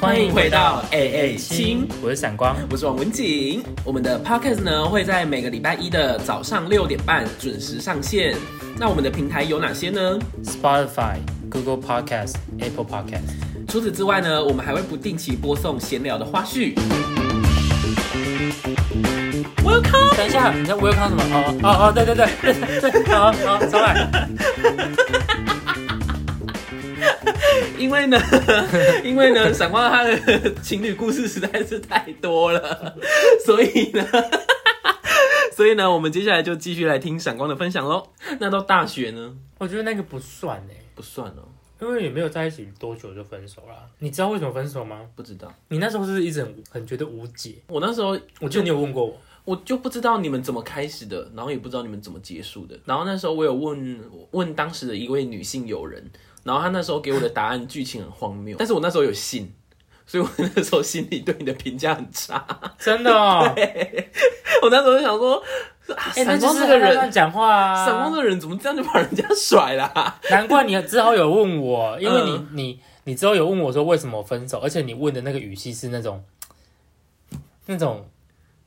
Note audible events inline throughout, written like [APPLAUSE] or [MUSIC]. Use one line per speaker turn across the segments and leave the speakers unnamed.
欢迎回到 AA
亲
亲，，
我是闪光，
我是王文景。我们的 podcast 呢会在每个礼拜一的早上六点半准时上线。那我们的平台有哪些呢？
Spotify、Google Podcast、Apple Podcast。
除此之外呢，我们还会不定期播送闲聊的花絮。Welcome，
等一下，你在 Welcome 什么？哦哦哦，对对对对对，好好重来。
因为呢， [LAUGHS] 因为呢，闪光他的情侣故事实在是太多了，所以呢。 [LAUGHS] 所以呢，我们接下来就继续来听闪光的分享喽。那到大学呢？
我觉得那个不算哎，
不算哦，
因为也没有在一起多久就分手了。啊你知道为什么分手吗？
不知道。
你那时候是不是一直很很觉得无解，
我那时候
我记得你有问过我，
我就不知道你们怎么开始的，然后也不知道你们怎么结束的。然后那时候我有问问当时的一位女性友人，然后她那时候给我的答案剧情很荒谬，但是我那时候有信，所以我那时候心里对你的评价很差。 [LAUGHS]
真的哦， [LAUGHS]
我那时候就想说，啊
哎，那
闪
就
光
是
这
个
个
人
人，
乱讲话啊，
闪光这个人怎么这样就把人家甩啦、
难怪你之后有问我，因为你、
嗯
你你之后有问我说为什么分手，而且你问的那个语气是那种那种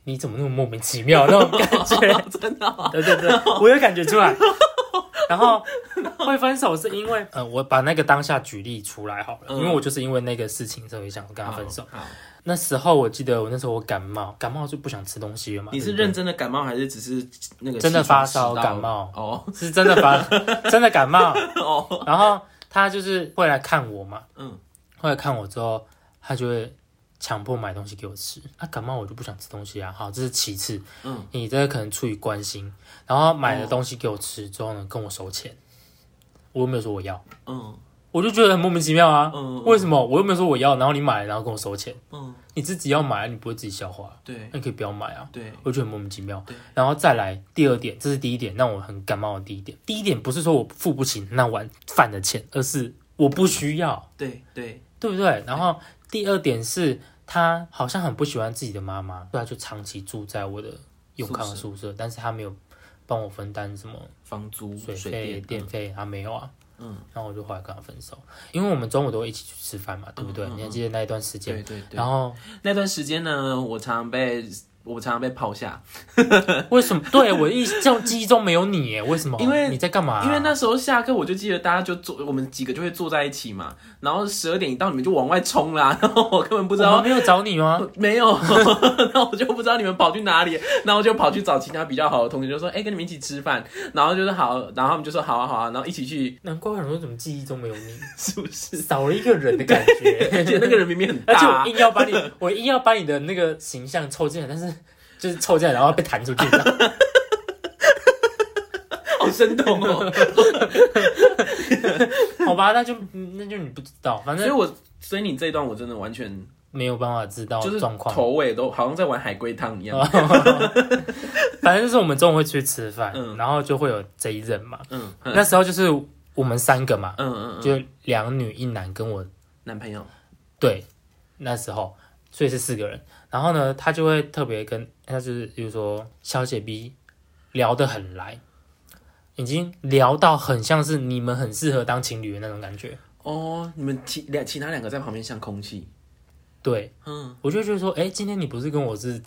你怎么那么莫名其妙
[LAUGHS]
那种感觉，
[LAUGHS] 真的哦、
对对
[LAUGHS]
对，我有感觉出来。 [LAUGHS] 然后会分手是因为，呃，我把那个当下举例出来好了，
嗯
因为我就是因为那个事情，所以想跟他分手。
好。好
那时候我记得我那时候我感冒，感冒就不想吃东西了嘛。
你是
对不对
认真的感冒还是只是那个
真的
气喘
发烧
迟到
感冒
哦
是真的发 [LAUGHS] 真的感冒，
[LAUGHS] 哦，
然后他就是会来看我嘛，
嗯，
后来看我之后，他就会强迫买东西给我吃。他、感冒我就不想吃东西啊，好，这是其次。
嗯，
你这个可能出于关心，然后买了东西给我吃之后呢，跟我收钱，我又没有说我要，
嗯
我就觉得很莫名其妙啊，
嗯
为什么我又没有说我要，然后你买了然后跟我收钱，
嗯，
你自己要买，你不会自己消化，
对
那你可以不要买啊。
对，
我觉得很莫名其妙
对。
然后再来第二点，这是第一点让我很感冒的第一点。第一点不是说我付不起那碗饭的钱，而是我不需要。
对对，
对不对？然后第二点是他好像很不喜欢自己的妈妈，对，他就长期住在我的永康宿舍，但是他没有帮我分担什么
房租、
水
水
费、
电、
电费，他没有啊。
嗯，
然后我就后来跟他分手，因为我们中午都会一起去吃饭嘛，对不对？
嗯嗯
你还记得那一段时间？
对对对。
然后
那段时间呢，我常常被我常常被抛下，
为什么？ [LAUGHS] 对我一这记忆中没有你耶？为什么？
因为
你在干嘛啊、
因为那时候下课，我就记得大家就坐，我们几个就会坐在一起嘛。然后十二点一到，你们就往外冲啦，然后我根本不知
我们
道。
没有找你吗？
没有，那我就不知道你们跑去哪里，然后我就跑去找其他比较好的同学，就说：“哎、跟你们一起吃饭。”然后就是好，然后他们就说：“好啊，好啊。”然后一起去，
[LAUGHS] 难怪我想说怎么记忆中没有 [LAUGHS] 你，
是不是？
少了一个人的感觉。
而且那个人明明很
而且
大
我，硬要把你，我硬要把你的那个形象凑进来，但是就是凑进来，然后被弹出去。你知道
[LAUGHS]
吗
好生动哦。
好吧，那就嗯那就你不知道，反
所以
正
我，所以你这一段我真的完全
没有办法知道
就是
状况。
头尾都好像在玩海龟汤一样。
[LAUGHS] 反正就是我们中午会出去吃饭，
嗯
然后就会有这一任嘛。
嗯嗯
那时候就是我们三个嘛，
嗯嗯嗯，
就两女一男跟我
男朋友。
对，那时候所以是四个人。然后呢，他就会特别跟他就是比如说小姐 B 聊得很来，已经聊到很像是你们很适合当情侣的那种感觉。
哦，你们其两其他两个在旁边像空气，
对，
嗯
我就觉得说，哎、今天你不是跟我是，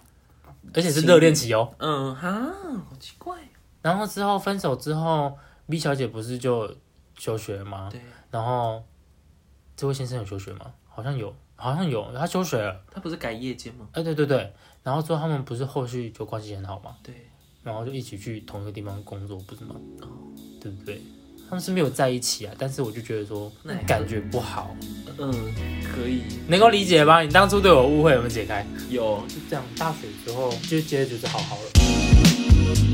而且是热恋期哦。
嗯，哈，好奇怪，
然后之后分手之后，B 小姐不是就休学了吗？
对。
然后这位先生有休学吗？好像有，好像有，他休学了。
他不是改夜间吗？
哎、对对对。然后之后他们不是后续就关系很好吗？
对，
然后就一起去同一个地方工作，不是吗？对不对？他们是没有在一起啊，但是我就觉得说
那也
感觉不好，
嗯，可以，
能够理解吧？你当初对我误会有没有解开？
有
就这样，大学之后就接着就是好 [LAUGHS] 好了。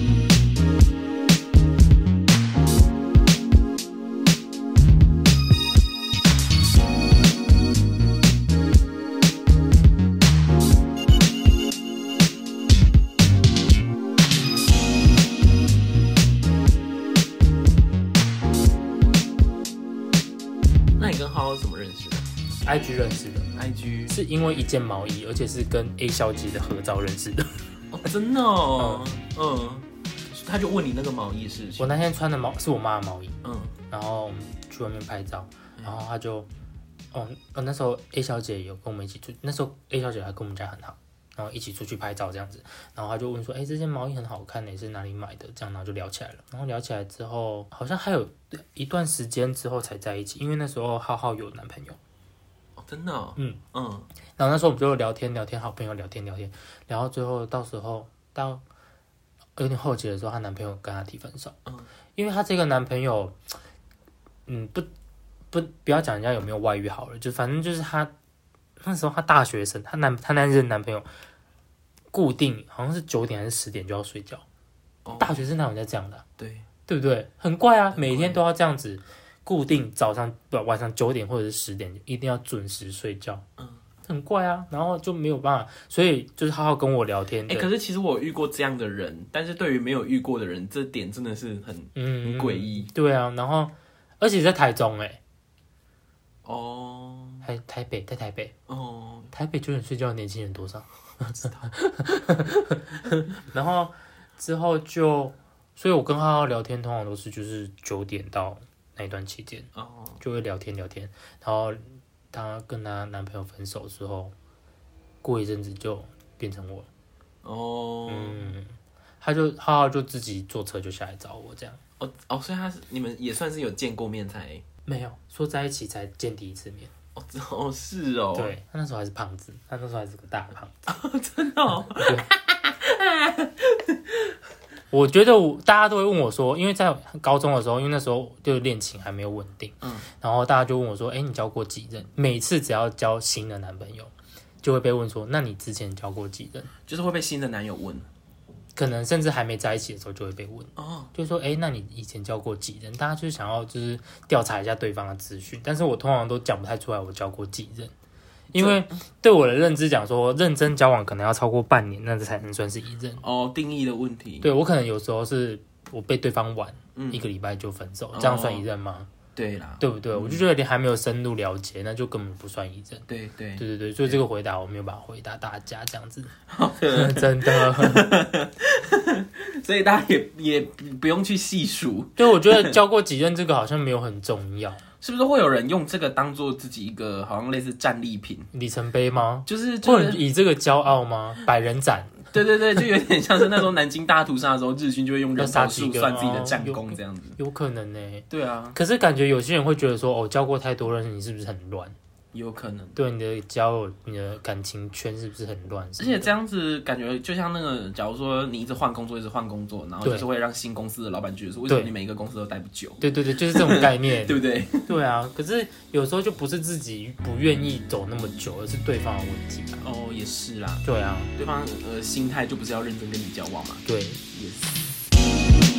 那你跟浩浩是怎么认识的？
IG 认识的，
IG
是因为一件毛衣，而且是跟 A 小姐的合照认识 [LAUGHS] 的。
哦，真的哦，嗯，他就问你那个毛衣事
我
情，
那天穿的毛是我妈的毛衣，
嗯，
然后我们去外面拍照，然后她就，哦，哦那时候 A 小姐有跟我们一起出，那时候 A 小姐还跟我们家很好，然后一起出去拍照这样子，然后她就问说，哎、这件毛衣很好看呢、欸是哪里买的？这样，然后就聊起来了，然后聊起来之后，好像还有一段时间之后才在一起，因为那时候浩浩有男朋友。
哦，真的、哦，
嗯
嗯，
然后那时候我们就聊天聊天，好朋友聊天聊天，然后最后到时候到有点后期的时候，她男朋友跟她提分手，
嗯
因为她这个男朋友，嗯，不不不要讲人家有没有外遇好了，就反正就是她那时候她大学生，她男她那任男朋友固定好像是九点还是十点就要睡觉，
哦
大学生哪有在这样的啊、
对，
对不对？很怪啊，
很怪
每天都要这样子，固定早上不晚上九点或者是十点一定要准时睡觉，
嗯，
很怪啊，然后就没有办法，所以就是好好跟我聊天
哎、
的，
可是其实我有遇过这样的人，但是对于没有遇过的人，这点真的是很很
嗯，
诡异
对啊，然后而且在台中哎、
哦
还台北在台北，
哦，
台北九点睡觉的年轻人多少？ [LAUGHS] 然后之后就，所以我跟浩浩聊天通常都是就是九点到那一段期间。
哦，
就会聊天聊天，然后她跟她男朋友分手之后，过一阵子就变成我，
哦，
嗯，她就浩浩就自己坐车就下来找我这样，
哦，哦，所以他是你们也算是有见过面才，
没有说在一起才见第一次面，
哦， [LAUGHS] 哦是哦，
对，她那时候还是胖子，她那时候还是个大胖子，
真的、哦，
[LAUGHS] 我觉得我大家都会问我说，因为在高中的时候，因为那时候就是恋情还没有稳定，
嗯，
然后大家就问我说，哎、你交过几任？每次只要交新的男朋友，就会被问说，那你之前交过几任？
就是会被新的男友问
可能甚至还没在一起的时候就会被问。
哦，
就说，哎、那你以前交过几任？大家就是想要就是调查一下对方的资讯，但是我通常都讲不太出来我交过几任，因为
嗯
对我的认知讲说，认真交往可能要超过半年，那才能算是一任。
哦，定义的问题，
对我可能有时候是我被对方玩、
嗯
一个礼拜就分手
哦，啊嗯
这样算一任吗？
对啦，
对不对？我就觉得你还没有深入了解，那就根本不算一任。
对
[LAUGHS]
对，
对对对，所以这个回答我没有办法回答大家这样子， [LAUGHS] 真的。
所以大家也也不用去细数，
对，我觉
[LAUGHS]
得交过几任这个好像没有很重要，
是不是会有人用这个当做自己一个好像类似战利品，
里程碑吗？
嗯就是就
啊或者
是
以这个骄傲吗？百人斩
对对
[LAUGHS]
对，就有点像是那时候南京大屠杀的时候，日军就会用人头数
要杀几个哦
算自己的战功这样子。
有哎可能呢、
对啊，
可是感觉有些人会觉得说，哦，交过太多人，你是不是很乱？
有可能。
对你的交友、你的感情圈是不是很乱？
而且这样子感觉就像那个，假如说你一直换工作，一直换工作，然后就是会让新公司的老板觉得说，为什么
对
你每一个公司都待不久，
对对对，就是这种概念。
对不对？
[LAUGHS] 对啊，可是有时候就不是自己不愿意走那么久，而是对方的问题吧。
哦，也是啦，
对啊，
对方呃心态就不是要认真跟你交往嘛，
对，
也是。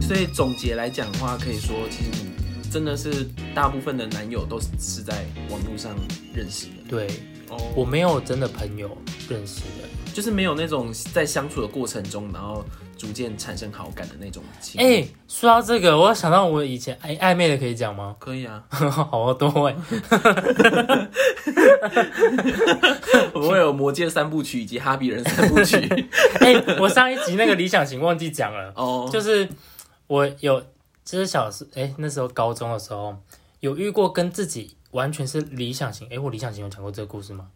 所以总结来讲的话，可以说，其实你真的是大部分的男友都是在网络上认识的。
对
哦
我没有真的朋友认识的。
就是没有那种在相处的过程中，然后逐渐产生好感的那种情。
哎、说到这个，我想到我以前哎暧暧昧的可以讲吗？ [LAUGHS]
可以 [LAUGHS] 啊，
好多哎、
我会有《魔戒》三部曲以及《哈比人》三部 [LAUGHS] 曲。
哎、我上一集那个理想型忘记讲了，
哦，
就是我有，就是小时哎、那时候高中的时候有遇过跟自己完全是理想型，哎、我理想型有讲过这个故事吗？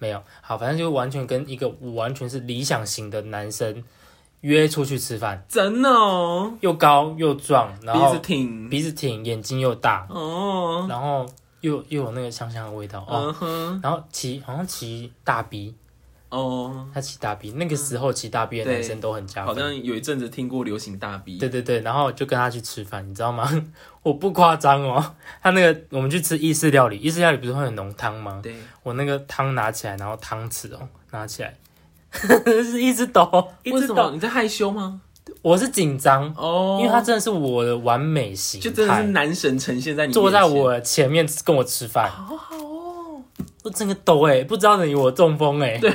没有，好，反正就完全跟一个完全是理想型的男生约出去吃饭，
真的哦，
又高又壮，然
鼻
后
子挺
鼻子挺，眼睛又大，
哦，
然后又又有那个香香的味道哦，
嗯哼，
然后骑好像骑大 B，
哦，
他骑大 B，那个时候骑大 B 的男生都很加分，
好像有一阵子听过流行大逼。
对对对，然后就跟他去吃饭，你知道吗？ [LAUGHS] 我不夸张哦，他那个我们去吃意式料理，意式料理不是会有浓汤吗？
对，
我那个汤拿起来， [LAUGHS] 然后汤匙哦拿起来，是一只抖，一
为
只
什么
抖，
你在害羞吗？
我是紧张，
哦，
因为他真的是我的完美型态，
就真的是男神呈现在你
坐
面
在
前
我前面跟我吃饭，好好哦，我整个抖哎、不知道你我中风哎、对，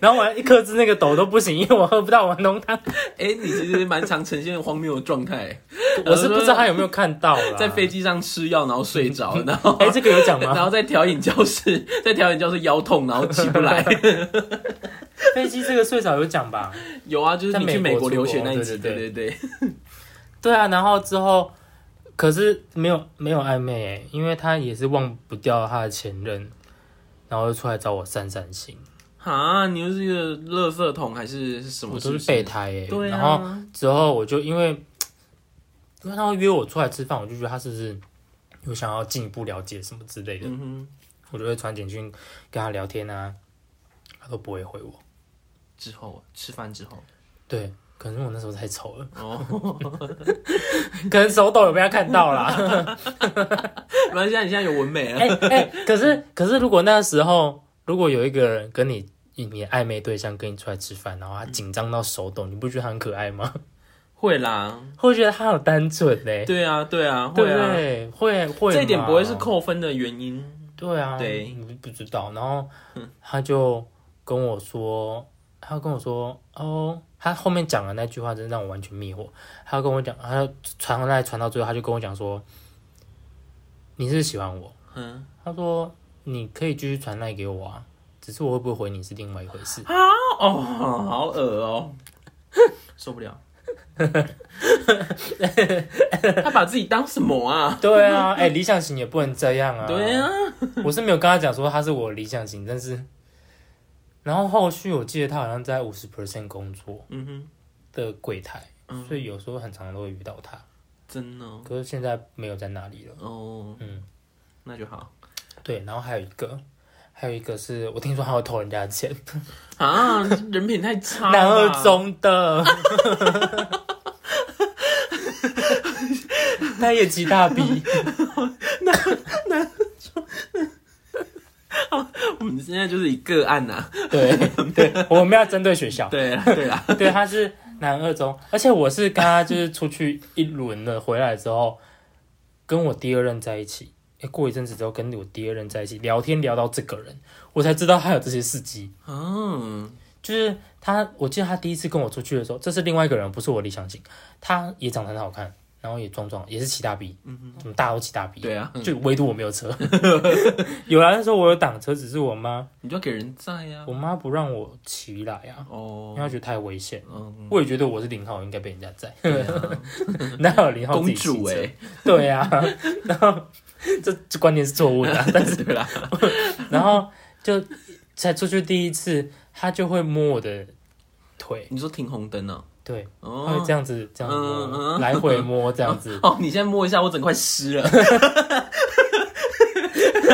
然后我还一克制那个抖都不行，因为我喝不到我的浓汤，
哎、你其实蛮常呈现荒谬的状 [LAUGHS] 态，呃
我是不知道他有没有看到啦。
在飞
机，
机上吃药，然后睡 [LAUGHS] 着，然后
哎、这个有讲
然
吗？
后在调饮教室，在调饮教室腰痛，然后起
[LAUGHS]
不来。
飞机这个最早有讲吧？
有啊，就是你去
在美
美
国
国留学那一
出
次，
国
对对对，
对啊，然后之后可是没有没有暧昧、欸，因为他也是忘不掉他的前任，然后就出来找我散散心，
啊，你又是一个垃圾桶还是什么？
我都
不
是备胎哎、
对
然后
啊，
之后我就因为因为他会约我出来吃饭，我就觉得他是不是有想要进一步了解什么之类的，
嗯哼，
我就会传简讯跟他聊天啊，他都不会回我。
之后吃饭之后，
对，可能是我那时候太丑了，
哦，
[LAUGHS] 可能手抖有被他看到啦。
不然现啊在你现在有纹眉了，
哎哎、 [LAUGHS] 可是可是如果那个时候如果有一个人跟你。你的暧昧对象跟你出来吃饭，然后他紧张到手抖，你不觉得他很可爱吗？
会啦，
会觉得他好单纯呢、
嗯对啊，对啊，
哎对
会
不
啊，
对？会会，
这一点不会是扣分的原因。
对啊，
对嗯
我不知道。然后他就跟我说，他跟我说，哦，他后面讲的那句话真的让我完全灭火。他跟我讲，他就传来传到最后，他就跟我讲说，你是喜欢我。
嗯，
他说你可以继续传赖给我啊，只是我会不会回你是另外一回
[LAUGHS]
事。
哦，好恶哦，受
[LAUGHS]
不了。他把自己当什么啊？
对啊，哎、理想型也不能这样啊。
对啊，
我是没有跟他讲说他是我的理想型，但是，然后后续我记得他好像在五十 percent 工作
嗯哼，
的柜台。
嗯
所以有时候很常都会遇到他，
真的哦
可是现在没有在那里了。
哦，
嗯，
那就好
对，然后还有一个，还有一个是我听说他会偷人家的钱，
啊，人品太差
[LAUGHS]
了吧，
男二中
[LAUGHS]
的，他也极大笔，
我们现在就是以个案呐、啊，
[LAUGHS] 对对，我们要针对学校，
对啦啊对啦，
对，啊他是男二中，而且我是跟他就是出去一轮了，回来之后跟我第二任在一起。哎，过一阵子之后跟我第二任在一起聊天，聊到这个人，我才知道他有这些事迹。
嗯，
就是他，我记得他第一次跟我出去的时候，这是另外一个人，不是我理想型，他也长得很好看，然后也壮壮，也是骑大 B，嗯，怎么大家都骑大 B，、
对啊，
就唯独我没有车。 [LAUGHS] 有啊，那时候我有挡车，只是我妈，
你就要给人在呀、
我妈不让我骑来啊，因为
哦，
她觉得太危险。
嗯，
我也觉得我是零号，我应该被人家载，
对
[LAUGHS]
啊
哪有零号自
公
己骑
主
车
哎、
[LAUGHS] 对呀、啊，然后这这观念是错误的啊、 [LAUGHS] 但是
欸对啦，
然后就才出去第一次，她就会摸我的腿，
你说停红灯呢、
对。
啊？哦，
他会这样子这样子摸
嗯
[LAUGHS]
嗯，
来回摸这样子
哦，你现在摸一下，我整块湿
[LAUGHS]
了。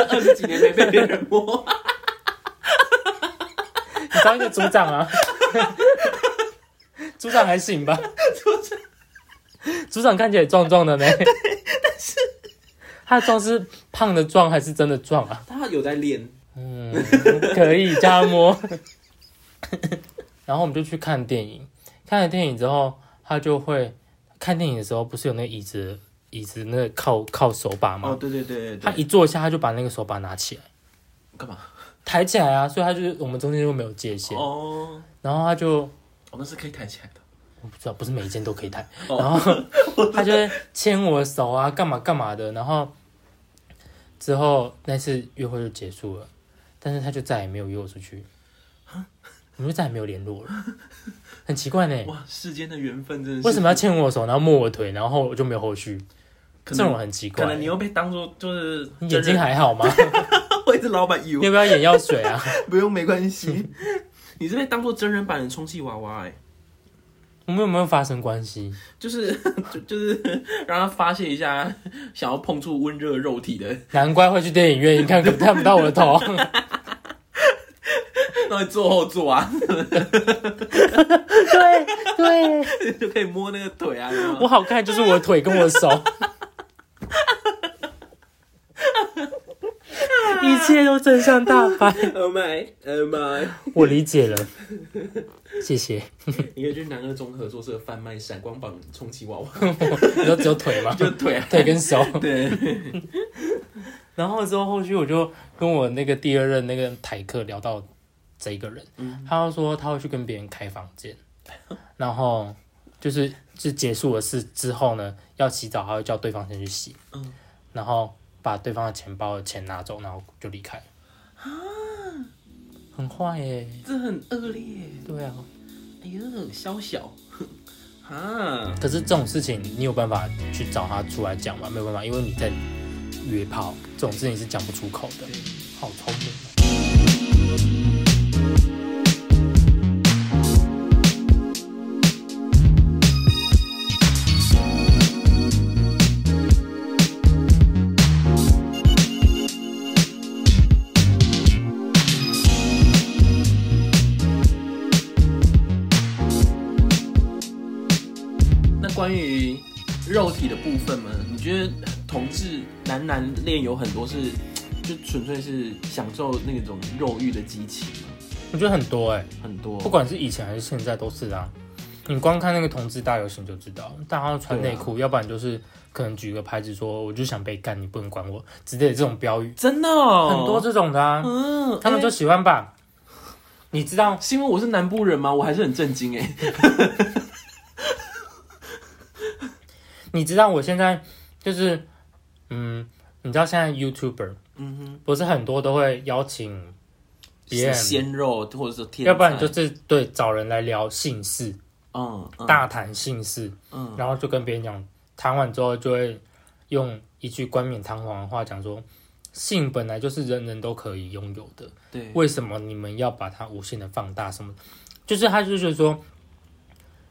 二十几年没被别人
[LAUGHS]
摸，
你当一个组长啊， [LAUGHS] 组长还行吧，组长看起来壮壮的呢，但是他的壮是胖的壮还是真的壮啊？
他有在练。
嗯， [LAUGHS] 可以加摸。然后我们就去看电影，看了电影之后，他就会看电影的时候不是有那个椅子椅子那个靠靠手把吗？
哦，对对对对
他
对，
一坐下他就把那个手把拿起来。
干嘛？ [LAUGHS]
抬起来啊，所以他就是我们中间就没有界限，
哦，
然后他就
哦，那是可以抬起来的。
我不知道，不是每一件都可以抬，
哦
然后
[LAUGHS]
他就会牵我的手啊，干嘛干嘛的，然后之后那次约会就结束了，但是他就再也没有约我出去，我们就再也没有联络了，很奇怪呢，
哇，世间的缘分真的是
为什么要牵我的手，然后摸我的腿，然后我就没有后续，
可
这种
能
很奇
可
怪
能你。又被当做就是
你眼睛还好
[LAUGHS]
吗？
会是老板 you，
要不要眼药水啊？
不用没关系。 [LAUGHS] 你是被当做真人版的充气娃娃哎、
我们有没有发生关系？
就是 [LAUGHS] 就就是让他发泄一下想要碰触温热肉体的，
难怪会去电影院，你看看不到我的
[LAUGHS]
头。
让你坐后座啊， [LAUGHS]
对对，
就可以摸那个腿啊。有没有
我好看就是我的腿跟我的手。一界都真相大白。
Oh my, oh my！
我理解了，谢谢。 [LAUGHS]
你可以去南二中合作社贩卖闪光棒充气娃娃， [LAUGHS]
你说只有腿吗？
就腿啊，
腿跟手。
对，
然后之后后续我就跟我那个第二任那个台客聊到这一个人，他就说他会去跟别人开房间，然后就是就结束了事之后呢，要洗澡他会叫对方先去洗，
嗯
然后把对方的钱包的钱拿走，然后就离开。很坏耶、
[LAUGHS] 这很恶劣。
对啊。
哎呀，小小， [LAUGHS] 啊，
可是这种事情你有办法去找他出来讲吗？没有办法，因为你在约炮，这种事情是讲不出口的。好聪明哦、
那关于肉体的部分嘛，你觉得同志男男恋有很多是，就纯粹是享受那种肉欲的激情吗？
我觉得很多哎、
很多，
不管是以前还是现在都是啊。你光看那个同志大游行就知道，大家都穿内
啊
裤，要不然就是可能举个牌子说我就想被干，你不能管我之类的这种标语，
真的、哦、
很多这种的啊，
嗯，
他们就
哎
喜欢吧。你知道
是因为我是南部人吗？我还是很震惊哎。
你知道我现在就是，嗯，你知道现在 YouTuber
嗯哼，
不是很多都会邀请别人，
鲜肉或者是天菜，
要不然就是对找人来聊姓氏，
嗯嗯
大谈姓氏，
嗯
然后就跟别人讲，谈完之后就会用一句冠冕堂皇的话讲说，性本来就是人人都可以拥有的，
对，
为什么你们要把它无限的放大？什么？就是他就觉得说，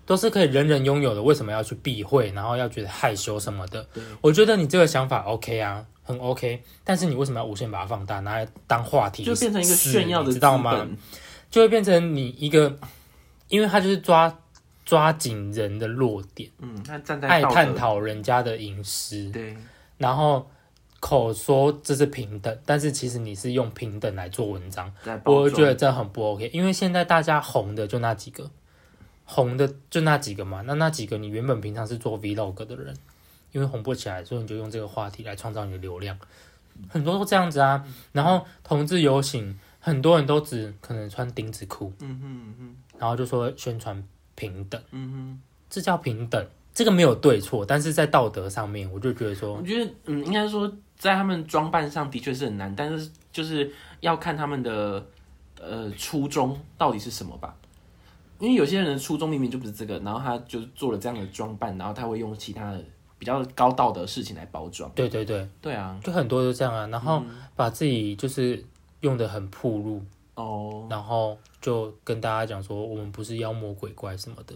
都是可以人人拥有的，为什么要去避讳，然后要觉得害羞什么的
对？
我觉得你这个想法 OK 啊，很 OK，但是你为什么要无限把它放大，拿来当话题？
就变成一个
是
炫耀的
你
资
知
本
道吗？？就会变成你一个，因为他就是抓抓紧人的弱点，
嗯，他站在
爱
道德
探，讨人家的隐私，
对，
然后口说这是平等，但是其实你是用平等来做文章。
在包
我
装
觉得这很不 OK，因为现在大家红的就那几个，红的就那几个嘛。那那几个你原本平常是做 vlog 的人，因为红不起来，所以你就用这个话题来创造你的流量，很多都这样子啊。然后同志游行，很多人都只可能穿丁字裤，
嗯哼嗯
然后就说宣传平等，
哼嗯
这叫平等。这个没有对错，但是在道德上面，我就觉得
哼，
说
我，觉得嗯，应该说在他们装扮上的确是很难，但是就是要看他们的呃初衷到底是什么吧。因为有些人的初衷明明就不是这个，然后他就做了这样的装扮，然后他会用其他的比较高道德的事情来包装。
对对对，
对啊，
就很多都这样啊。然后
嗯
把自己就是用的很暴露，
哦，
然后就跟大家讲说，我们不是妖魔鬼怪什么的。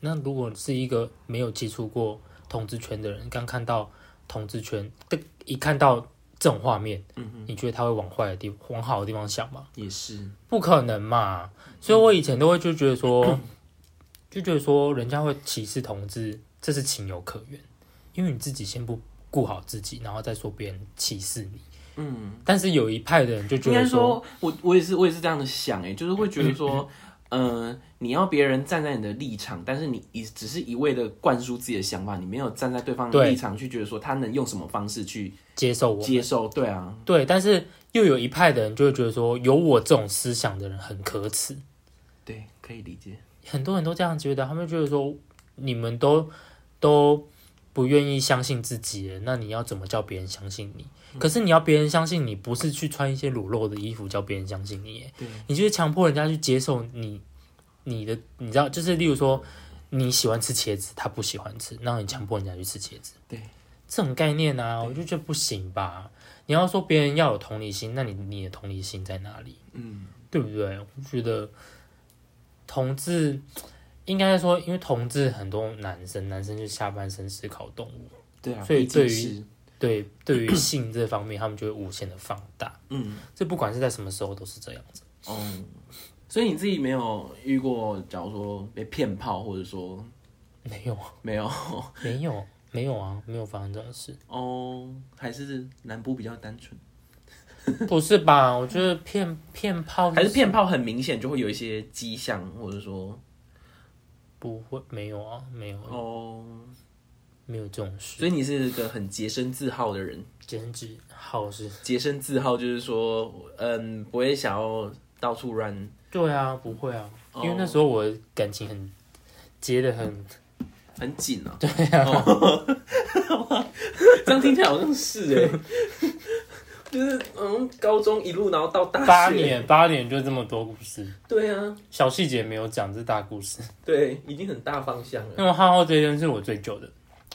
那如果是一个没有接触过同志圈的人，刚看到同志圈的，一看到这种画面，
嗯哼，
你觉得他会往坏的地方、往好的地方想吗？
也是，
不可能嘛！所以我以前都会就觉得说， [CLEARS THROAT] 就觉得说人家会歧视同志，这是情有可原，因为你自己先不顾好自己，然后再说别人歧视你。
嗯。
但是有一派的人就觉
应该
得
说，我我也是我也是这样的想、欸，就是会觉得说，嗯，你要别人站在你的立场，但是你一只是一味的灌输自己的想法，你没有站在对方的
对
立场去觉得说他能用什么方式去
接受我
接受，对啊，
对，但是又有一派的人就会觉得说，有我这种思想的人很可耻。
对，可以理解，
很多人都这样觉得，他们觉得说，你们都都不愿意相信自己了，那你要怎么叫别人相信你？
嗯
可是你要别人相信你，不是去穿一些裸露的衣服叫别人相信你耶
对，
你就是强迫人家去接受你你的，你知道，就是例如说你喜欢吃茄子，他不喜欢吃，那你强迫人家去吃茄子，
对，
这种概念啊，我就觉得不行吧。你要说别人要有同理心，那你你的同理心在哪里？
嗯，
对不对？我觉得同志应该说，因为同志很多男生，男生就是下半身思考动物，
对啊，
所以
毕竟
对于
是
对，对于性这方面，他们就会无限的放大。
嗯，
这不管是在什么时候都是这样子。
哦、所以你自己没有遇过，假如说被骗炮，或者说
没有，啊，
没 [LAUGHS] 有
没有，没有啊，没有发生这种事。
哦，还是南部比较单纯，
不是吧？我觉得骗骗炮
还是骗炮很明显就会有一些迹象，或者说
不会没有啊，没有
哦，
没有这种事。
所以你是个很洁身自好的人。
简直好是，
洁身自好就是说，嗯，不会想要到处乱。
对啊，不会啊，因为那
哦
时候我感情很结的
[LAUGHS]
很，
很紧啊。对啊， [LAUGHS] 这样听起来好像是哎、就是嗯，高中一路然后到大学，
八年八年就这么多故事，
对啊，
小细节没有讲，这是大故事。
对，已经很大方向了。
那么浩浩这件是我最久的，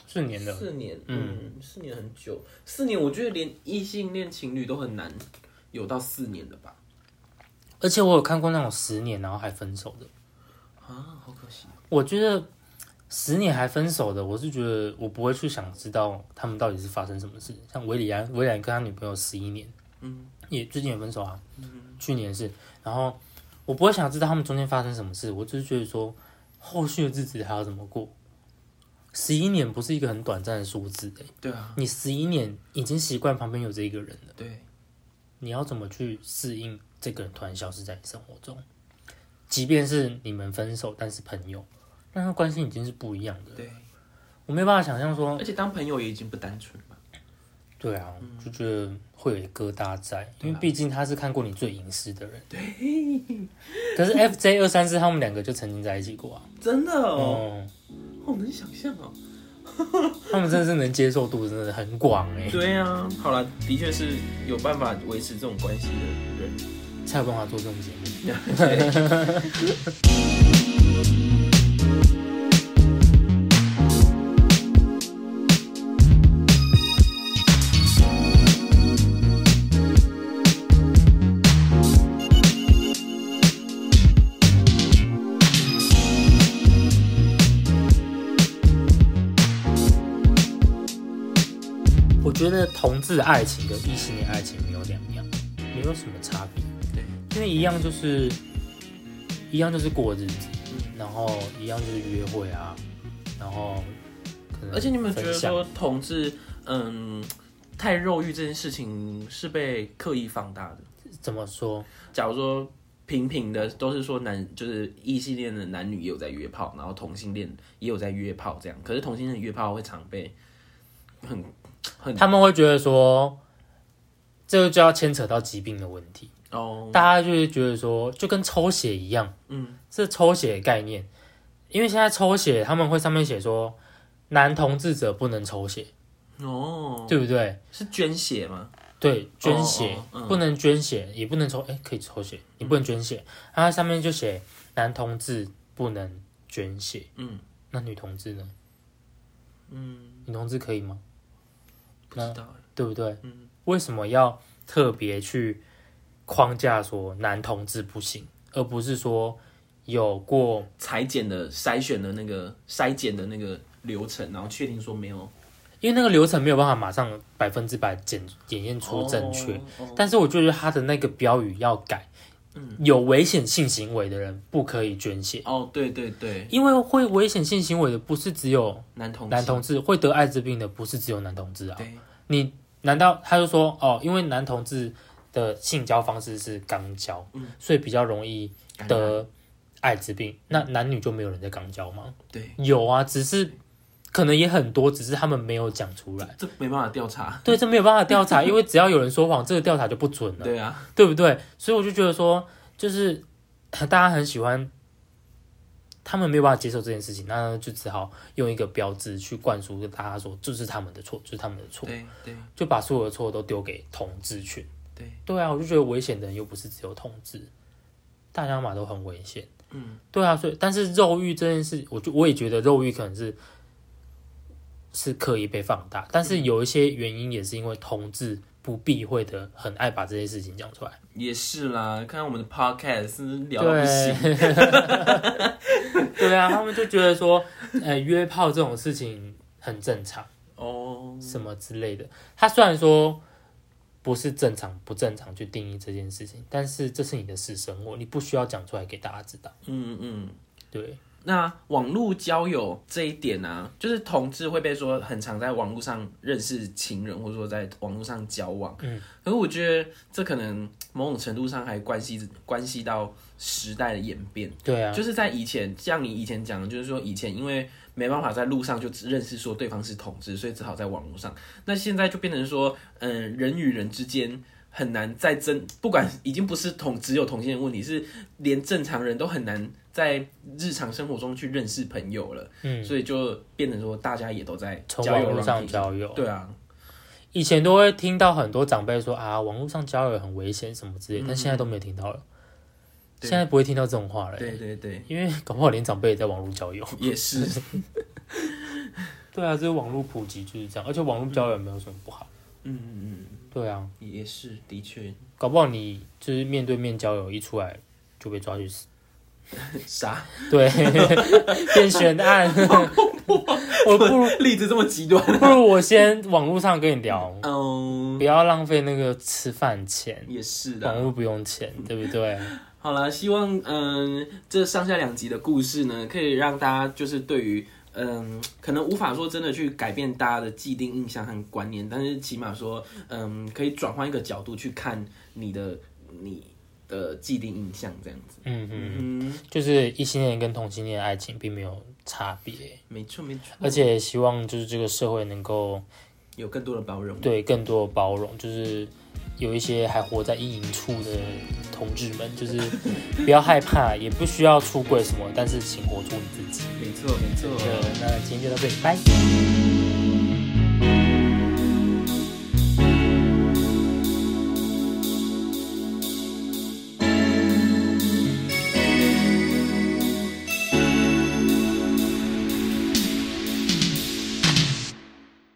四年的，
四年，嗯，四年很久，四年我觉得连异性恋情侣都很难有到四年的吧？
而且我有看过那种十年然后还分手的，
啊，好可惜。
我觉得十年还分手的，我是觉得我不会去想知道他们到底是发生什么事。像维里安，维里安跟他女朋友十一年，
嗯，
也最近也分手啊，去年是，然后我不会想知道他们中间发生什么事，我就是觉得说后续的日子还要怎么过。十一年不是一个很短暂的数字、欸，
对啊，
你十一年已经习惯旁边有这一个人了。
对，
你要怎么去适应这个人突然消失在你生活中？即便是你们分手，但是朋友，那他关系已经是不一样的。
对，
我没有办法想象说，
而且当朋友也已经不单纯了。
对啊，就觉得会有一疙瘩在，因为毕竟他是看过你最隐私的人。对。可是 F J 二三四他们两个就曾经在一起过啊。
真的哦，
哦。
好能想象哦。
他们真的是能接受度真的很广哎、
对啊，好了，的确是有办法维持这种关系的人。
才有办法做这种节目。我觉得同志爱情跟异性恋爱情没有两样，没有什么差别。
对，
因为一样就是一样就是过日子，
嗯
然后一样就是约会啊，然后可能
而且你们觉得
分享
说同志，嗯，太肉欲这件事情是被刻意放大的？
怎么说？
假如说平平的都是说男，就是异性恋的男女也有在约炮，然后同性恋也有在约炮这样。可是同性恋约炮会常被很很
他们会觉得说，这个就要牵扯到疾病的问题，
哦，
大家就会觉得说，就跟抽血一样，
嗯，
是抽血的概念。因为现在抽血，他们会上面写说，男同志者不能抽血，
哦，
对不对？
是捐血吗？
对，捐血、
哦嗯
不能捐血，也不能抽，哎、可以抽血，你不能捐血。然后上面就写男同志不能捐血，
嗯，
那女同志呢？嗯，女同志可以吗？
不知道欸，
对不对？
嗯，
为什么要特别去框架说男同志不行，而不是说有过
裁剪的筛选的那个筛检的那个流程，然后确定说没有
因为那个流程没有办法马上百分之百检检验出正确，
哦哦嗯
但是我觉得他的那个标语要改，有危险性行为的人不可以捐血，
哦，对对对，
因为会危险性行为的不是只有
男同
男
性
同志，会得艾滋病的不是只有男同志啊。
对，
你难道他就说哦，因为男同志的性交方式是肛交，
嗯
所以比较容易
感染
得艾滋病？
嗯
那男女就没有人在肛交吗？
对，
有啊，只是可能也很多，只是他们没有讲出来。
这没办法调查，
对，这没有办法调
[LAUGHS]
查，因为只要有人说谎，这个调查就不准了，
对啊，
对不对？所以我就觉得说，就是大家很喜欢，他们没有办法接受这件事情，那就只好用一个标志去灌输给大家说，这是他们的错，这是他们的错，
对对
就把所有的错都丢给统治群。
对，
对啊，我就觉得危险的人又不是只有统治，大家嘛都很危险。嗯，对啊，所以但是肉欲这件事，我就我也觉得肉欲可能是是刻意被放大，但是有一些原因也是因为同志不避讳的，很爱把这些事情讲出来。
也是啦，看看我们的 podcast 是不是聊到不行。
[LAUGHS] 对啊，他们就觉得说，呃，约炮这种事情很正常，
哦，
什么之类的。他虽然说不是正常不正常去定义这件事情，但是这是你的私生活，你不需要讲出来给大家知道。
嗯嗯，
对，
那网络交友这一点啊，就是同志会被说很常在网络上认识情人，或者说在网络上交往。嗯，可是我觉得这可能某种程度上还关系关系到时代的演变。
对啊，
就是在以前，像你以前讲的，就是说以前因为没办法在路上就只认识说对方是同志，所以只好在网络上。那现在就变成说，嗯、人与人之间很难再真，不管已经不是同只有同性的问题，是连正常人都很难在日常生活中去认识朋友了。
嗯，
所以就变成说，大家也都在
从
[LAUGHS] 交
网
友
络
软
上
体
交友，
对啊，
以前都会听到很多长辈说啊，网络上交友很危险什么之类，
嗯
但现在都没有听到了，
对
现在不会听到这种话了、
对对 [LAUGHS] 对，
因为 [LAUGHS] 搞不好连长辈也在网络交友。
也是。
对啊，这个网络普及就是这样，而且网络交友也没有什么不好。
嗯嗯嗯，
对啊，
也是，的确 [LAUGHS]
搞不好你就是面对面交友一出来就被抓去死，
傻，
对， [LAUGHS] 变悬案。我不如
[LAUGHS] 例子这么极端。
不如我先网络上跟你聊，
嗯
不，要浪费那个吃饭钱，
也是的。
网络不用钱，对不对？嗯
好了，希望嗯，这上下两集的故事呢，可以让大家就是对于嗯，可能无法说真的去改变大家的既定印象和观念，但是起码说嗯，可以转换一个角度去看你的你的既定印象这样子。
嗯嗯。
嗯，
就是异性恋跟同性恋的爱情并没有差别，
没错没错，
而且希望就是这个社会能够
有更多的包容。
对更多的包容，就是有一些还活在阴影处的同志们，就是不要害怕，也不需要出柜什么，但是请活出你自己。
没错没错
对，那今天就到这里，拜。